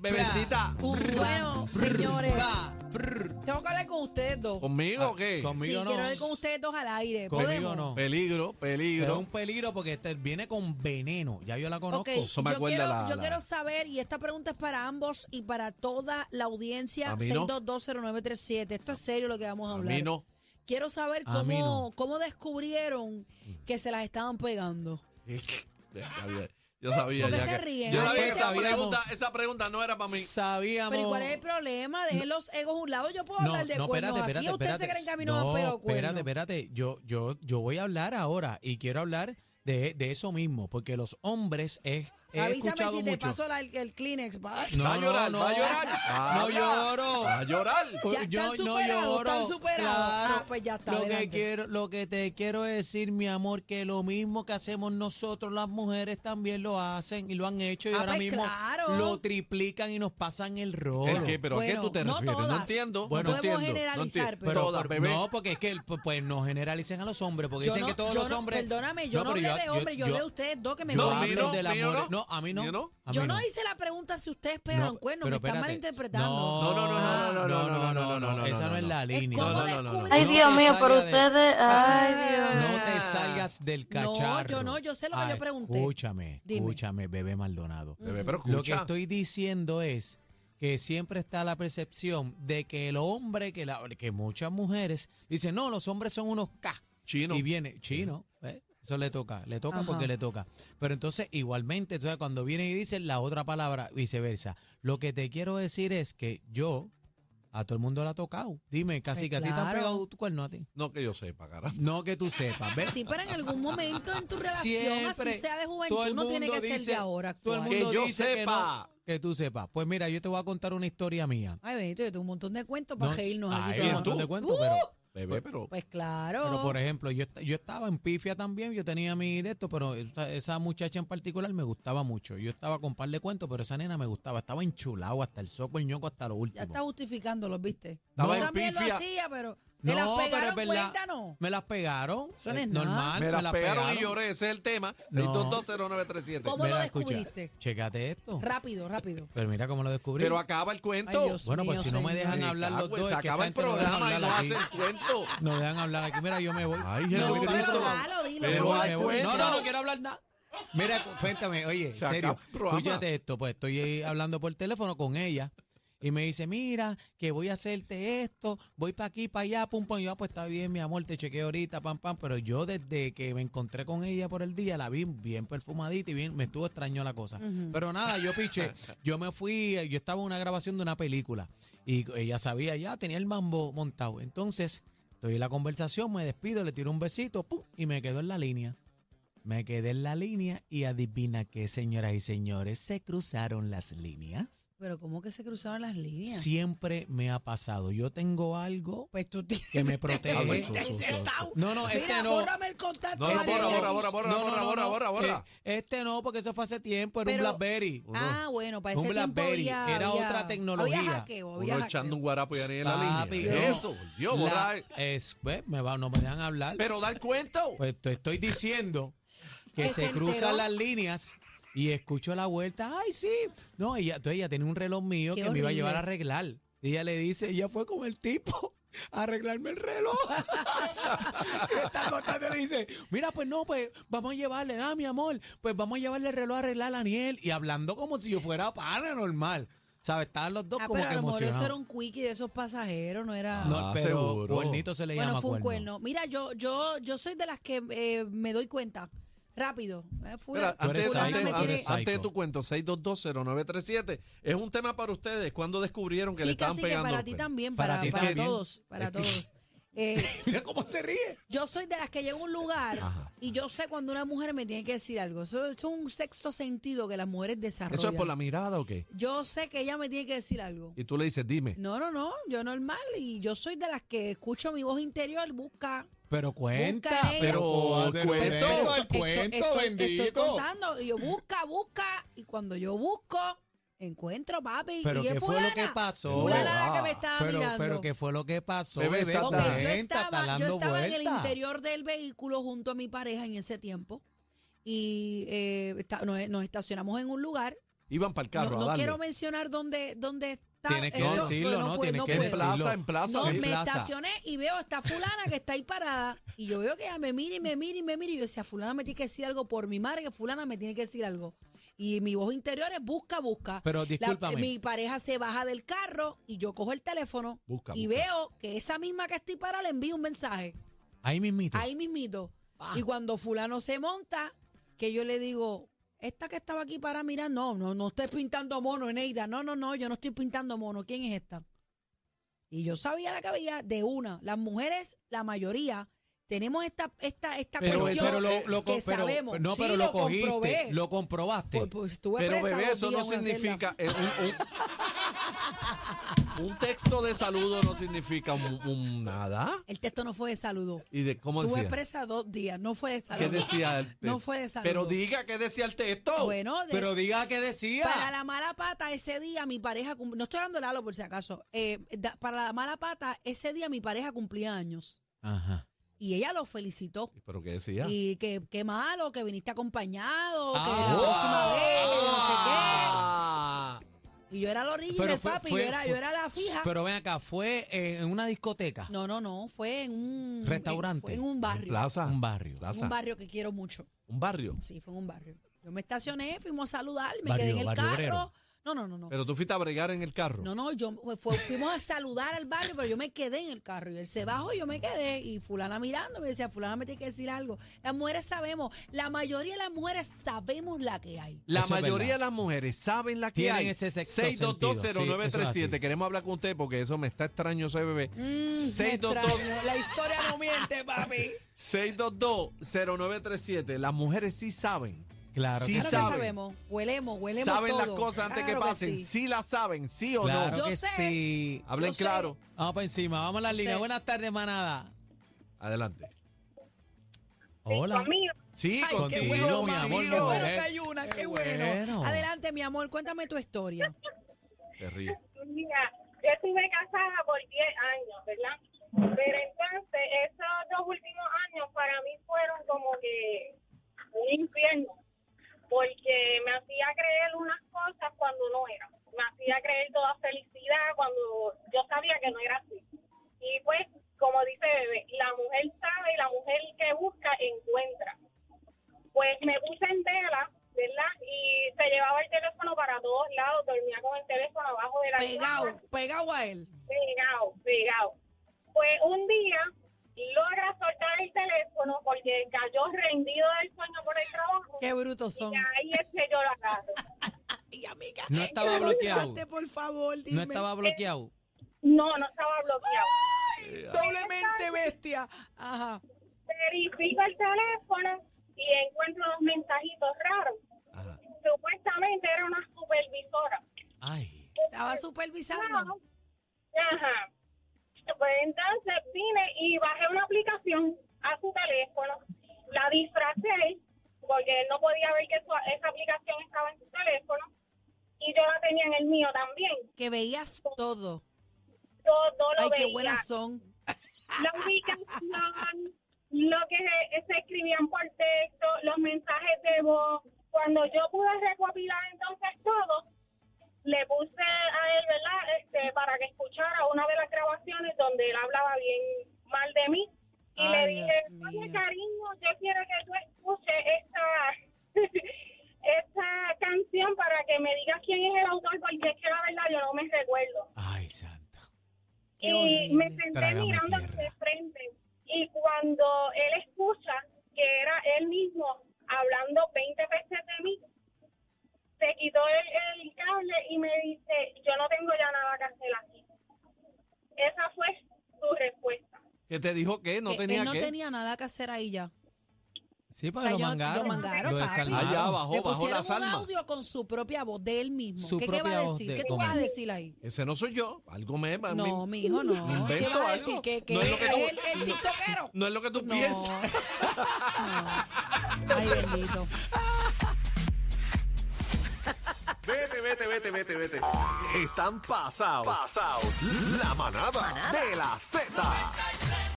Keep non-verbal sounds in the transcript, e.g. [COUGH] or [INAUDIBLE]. Uva, uva. Bueno, señores, Prr. tengo que hablar con ustedes dos. ¿Conmigo o qué? Conmigo sí, no. quiero hablar con ustedes dos al aire. Conmigo ¿Podemos? no. Peligro, Pero es un peligro. peligro porque este viene con veneno. Ya yo la conozco. Ok, Eso me yo, acuerda quiero, la- yo la- quiero saber, y esta pregunta es para ambos y para toda la audiencia, A mí no. 6220937. Esto es serio lo que vamos a A hablar. mí no. Quiero saber A mí cómo, cómo descubrieron que se las estaban pegando. Ya sabía, Yo sabía. ¿Por qué ya se que- ríen? Yo ¿Por sabía qué que esa sabíamos? pregunta, esa pregunta no era para mí. Sabíamos. Pero ¿y cuál es el problema? Dejen los egos a un lado. Yo puedo No, hablar de no, cuernos espérate, aquí. espérate, ¿Ustedes espérate. se creen que a mí no, no me han pegado cuernos? Espérate, espérate. Yo, yo, yo voy a hablar ahora y quiero hablar de, de eso mismo, porque los hombres es, he Avísame escuchado si te mucho. paso la- el, el Kleenex. pa. va a llorar, va a llorar. No Habla. lloro. Va a llorar. Pues Ya están superados, están superados. Ah, pues ya está, Lo adelante. que, quiero, lo que te quiero decir, mi amor, que lo mismo que hacemos nosotros, las mujeres también lo hacen y lo han hecho y Ah, ahora pues mismo claro. lo triplican y nos pasan el rol. ¿El qué? ¿Pero a qué Bueno, tú te no refieres? todas. No entiendo. No Bueno, no podemos entiendo. no generalizar, entiendo. pero- Todas, por- bebé. No, porque es que el- pues no generalicen a los hombres, porque Yo dicen no- que todos yo los no- hombres. Perdóname, yo no, pero hablé de hombres, yo, hablé de ustedes dos que me yo No, pegaron. a mí hablo no, del mío amor. no. No, a mí no. Mío no. a mí Yo no no. hice la pregunta si ustedes pegaron cuernos, me pero están espérate. malinterpretando. No, No, no, no, no, no, no, no, no, no, no, Esa no es no. la línea. ¿Cómo No, no, no, no, no. Ay, No Dios te mío, por salga de- ustedes. Ay, Dios mío. No te salgas del Ah. No, cacharro. yo no, yo sé lo que yo pregunté. Escúchame, Dime. Mm. escúchame, bebé Maldonado. Bebé, pero Lo que escucha. estoy diciendo es que siempre está la percepción de que el hombre, que, la, que muchas mujeres dicen, no, los hombres son unos K. Chino. Y viene chino, ¿eh? eso le toca, le toca Ajá. porque le toca. Pero entonces, igualmente, entonces, cuando vienen y dicen la otra palabra, viceversa. Lo que te quiero decir es que yo, a todo el mundo la he tocado. Dime, casi que a ti te han Pues claro. pegado tu cuerno a ti. No que yo sepa, cara. No que tú sepas, ¿ves? Sí, pero en algún momento en tu relación, Siempre. así sea de Todo juventud, el no tiene que mundo ser de dice- ahora. Todo el actual. Que mundo yo dice que no, sepa. Que, tú sepas. Pues mira, yo te voy a contar una historia mía. Ay, Benito, yo tengo un montón de cuentos para No, reírnos ay, aquí. un todos. montón de cuentos, Uh, pero- Bebé, pero. Pues claro. Pero por ejemplo, yo, est- yo estaba en pifia también, yo tenía mi de esto, pero esa, esa muchacha en particular me gustaba mucho. Yo estaba con par de cuentos, pero esa nena me gustaba. Estaba enchulado hasta el soco, el ñoco, hasta lo ya último. está justificándolos, ¿viste? No, yo también lo pifia. hacía, pero me no, las pero es pegaron, verdad. cuéntanos. Me las pegaron. Eso no es eh, nada. normal. Me la las pegaron y lloré, ese es el tema. No. 6220937. ¿Cómo lo Mira, escucha, descubriste? Chécate esto. Rápido, rápido. Pero mira cómo lo descubrí. Pero acaba el cuento. Ay, Dios bueno, pues mío, si no me señor. dejan hablar los Ah, pues, dos, se es que acaba el esta gente no deja programa y no hablar hace aquí. el cuento. No dejan hablar aquí. Mira, yo me voy. Ay, Me No, voy, Jesucristo. Cristo. pero dalo, dilo. Me Pero voy, hay me voy. No, cuenta. no, no quiero hablar nada. Mira, cu- cuéntame, oye, en Se acaba serio, el programa. escúchate esto, pues estoy ahí hablando por teléfono con ella y me dice, mira, que voy a hacerte esto, voy para aquí, para allá, pum, pum, y yo, "Ah, pues está bien, mi amor, te chequeo ahorita, pam, pam, pero yo desde que me encontré con ella por el día, la vi bien perfumadita y bien, me estuvo extraño la cosa. Pero nada, yo piché, yo me fui, yo estaba en una grabación de una película y ella sabía ya, tenía el mambo montado. Entonces, estoy en la conversación, me despido, le tiro un besito, pum, y me quedo en la línea. Me quedé en la línea y adivina qué, señoras y señores, se cruzaron las líneas. Pero ¿cómo que se cruzaron las líneas? Siempre me ha pasado. Yo tengo algo Pues tú tienes... que [LAUGHS] me protege. Ah, bueno, Te su- su- dice, su- "Tau". No, no, este Mira, no. bórrame el contacto. No, no, María borra, X. borra, borra, borra. borra, borra, borra. Eh, este no, porque eso fue hace tiempo, era Pero- un Blackberry. Ah, bueno, para Un ese tiempo Blackberry, había- era había- otra tecnología. Había hackeo, había Uno hackeo. echando un guarapo y en la Papi, línea. no. Eso, Dios, La- borra. es- pues, me va- no me dejan hablar. Pero da el cuento. Pues te estoy diciendo que Que se, se cruzan enteró. las líneas y escucho la vuelta. ¡Ay, sí! No, ella, entonces ella tenía un reloj mío Qué que me iba a llevar a horrible. arreglar. Y ella le dice, ella fue con el tipo a arreglarme el reloj. [LAUGHS] Me está contando y le dice, mira, pues no, pues vamos a llevarle, ah, mi amor, pues vamos a llevarle el reloj a arreglar a Daniel. Y hablando como si yo fuera pana normal. ¿Sabes? Estaban los dos Ah, como pero que a lo mejor eso emocionados. era un quickie de esos pasajeros, no era... No, Ah, pero seguro. cuernito se le bueno, llama fue un cuerno. cuerno. Mira, yo, yo, yo soy de las que eh, me doy cuenta. Rápido. Eh, Mira, fula- tú antes, eres fulana psycho, antes- me tú antes- tiene- eres psycho. antes de tu cuento, 6220937. Es un tema para ustedes. ¿Cuándo descubrieron que Sí, le estaban casi que pegando? para los ti pelos? también, pues. Para para, ti para también. todos, para [LAUGHS] todos. Eh, Mira cómo se ríe. yo soy de las que llego a un lugar Ajá. y yo sé cuando una mujer me tiene que decir algo. Eso, eso es un sexto sentido que las mujeres desarrollan. ¿Eso es por la mirada o qué? Yo sé que ella me tiene que decir algo. Y tú le dices, dime. No, no, no, yo normal y yo soy de las que escucho mi voz interior, busca. Pero cuenta, Busca en pero ellos. Pero- cuento, cuento, pero- el cuento, estoy, bendito. Estoy contando y yo busca, busca y cuando yo busco encuentro papi Pero y es ¿qué fue lo fulana, que pasó? fulana la que Ah, me estaba pero, mirando. pero qué fue lo que pasó, Bebé, bebé. está- Ok, Cuenta, yo está estaba, yo dando estaba en el vuelta. interior del vehículo junto a mi pareja en ese tiempo y eh, está- nos, nos estacionamos en un lugar Iban para el No, carro no a darle. quiero mencionar dónde, dónde está. Tienes que esto, pero decirlo, ¿no? puedo, Tienes que puedo. en plaza, decirlo. en plaza. No, en me plaza. estacioné y veo a esta fulana que está ahí parada. Y yo veo que ella me mira y me mira. Y yo decía, fulana me tiene que decir algo. Por mi madre que fulana me tiene que decir algo. Y mi voz interior es busca, busca. Pero La- discúlpame. mi pareja se baja del carro y yo cojo el teléfono Busca, y busca. veo que esa misma que estoy parada le envío un mensaje. Ahí mismito. Ahí mismito. Ah. Y cuando fulano se monta, que yo le digo, esta que estaba aquí para mirar, no, no, no estés pintando mono, Eneida. No, no, no, yo no estoy pintando mono. ¿Quién es esta? Y yo sabía la que había de una. Las mujeres, la mayoría, tenemos esta, esta, esta pero, cuestión pero lo, lo que co- pero- sabemos. No, Sí, pero lo cogiste, comprobé. lo comprobaste. Pues- pues estuve Pero presa bebé, dos eso no días en una celda. significa eh, un, [LAUGHS] un- un texto de saludo no significa un, un nada. El texto no fue de saludo. ¿Y de cómo Estuve decía? presa dos días, no fue de ¿Qué saludo. decía? el- No fue de saludo. Pero diga qué decía el texto. Bueno, de- pero diga qué decía. Para la mala pata, ese día mi pareja. cum- No estoy hablando de Lalo por si acaso. Eh, da- para la mala pata, ese día mi pareja cumplía años. Ajá. Y ella lo felicitó. ¿Pero qué decía? Y que qué malo, que viniste acompañado, que Ah. la próxima vez, que no sé Ah. qué. Y yo era la original, Pero el fue- papi, fue- yo, era, yo fue- era la fija. Pero ven acá, fue eh, en una discoteca, no, no, no, fue en un. Restaurante. fue en un barrio. Plaza. un barrio. en Plaza. un barrio que quiero mucho. Un barrio. Sí, fue en un barrio. Yo me estacioné, fuimos a saludar, me Barrio- quedé en el barrio carro. obrero. No, no, no, no. Pero tú fuiste a bregar en el carro. No, no, yo fue- fuimos a saludar al barrio, pero yo me quedé en el carro. Y él se bajó y yo me quedé. Y fulana mirando me decía, fulana me tiene que decir algo. Las mujeres sabemos, la mayoría de las mujeres sabemos la que hay. La Eso es mayoría verdad. de las mujeres saben la que Tienen hay. ese sexto sentido, sí, eso es 6220937. así. Queremos hablar con usted porque eso me está extraño ese bebé. Mm, me 622 extraño. La historia no miente, papi. 6220937. Las mujeres sí saben. Claro Sí que Claro que sí. saben. sabemos, huelemos, huelemos saben las todo. cosas antes Claro que pasen. sí. sí. las saben, sí o Claro no. Yo que sé. sí. Hablen yo sé. claro. Vamos para encima, vamos a la línea. sé. Buenas tardes, manada. Adelante. Hola. Sí, Ay, qué contigo, bueno, mi mami, amor, qué no, bueno eh. que hay una, qué, Qué bueno. bueno. Adelante, mi amor, cuéntame tu historia. Se ríe. Mira, yo estuve casada por 10 años, ¿verdad? Pero entonces, esos dos últimos años para mí fueron como que un infierno, porque me hacía creer unas cosas cuando no era. Me hacía creer toda felicidad cuando yo sabía que no era así. Y pues, como dice Bebé, la mujer sabe y la mujer que busca encuentra pues me puse en tela, ¿verdad? Y se llevaba el teléfono para todos lados, dormía con el teléfono abajo de la Pegado, cama, pegado a él. pegado, pegado. Pues un día logra soltar el teléfono porque cayó rendido del sueño por el trabajo. Qué brutos Y son. ahí es que yo lo agarro. Ay, amiga. eh, No estaba bloqueado. conteste, por favor, dime. eh, No estaba bloqueado. No, no estaba bloqueado. Doblemente bestia. Ajá. Verifico el teléfono y encuentro dos mensajitos raros. Ajá. Supuestamente era una supervisora. Ay. Estaba supervisando. Ajá. Pues entonces vine y bajé una aplicación a su teléfono, la disfracé, porque él no podía ver que su- esa aplicación estaba en su teléfono, y yo la tenía en el mío también. Que veías todo. Todo lo Ay, qué veía. buenas son. La ubicación, lo que se, se escribían por texto, los mensajes de voz. Cuando yo pude recopilar entonces todo, le puse a él, ¿verdad? Este, para que escuchara una de las grabaciones donde él hablaba bien mal de mí. Y le Ay, dije, Dios mío. oye, cariño, yo quiero que tú escuches esta, [LAUGHS] esta canción para que me digas quién es el autor, porque es que la verdad yo no me recuerdo Ay, santo. Qué y horrible. Eh, me senté Trágame mirando tierra. de frente y cuando él escucha que era él mismo hablando 20 veces de mí, se quitó el, el cable y me dice, yo no tengo ya nada que hacer aquí. Esa fue su respuesta. Que te dijo que no Que tenía él no que. tenía nada que hacer ahí ya. Sí, O porque sea, lo yo- lo mangaron. mangaron, Lo papi. desarmaron. Allá abajo. Le bajó pusieron las un almas. audio con su propia voz de él mismo. Su ¿Qué, qué va propia a voz decir? de- ¿Qué tú ¿cómo? vas a decir ahí? Ese no soy yo. Algo me. me- No, mi hijo, no. Ah, invento ¿Qué va a algo. decir? ¿Que, que [LAUGHS] No es lo es que tú- el, el tiktokero? No es lo que tú No. piensas. [LAUGHS] No. Ay, bendito. Vete, vete, vete, vete, vete. Están pasados. Pasados. La manada, de la Z.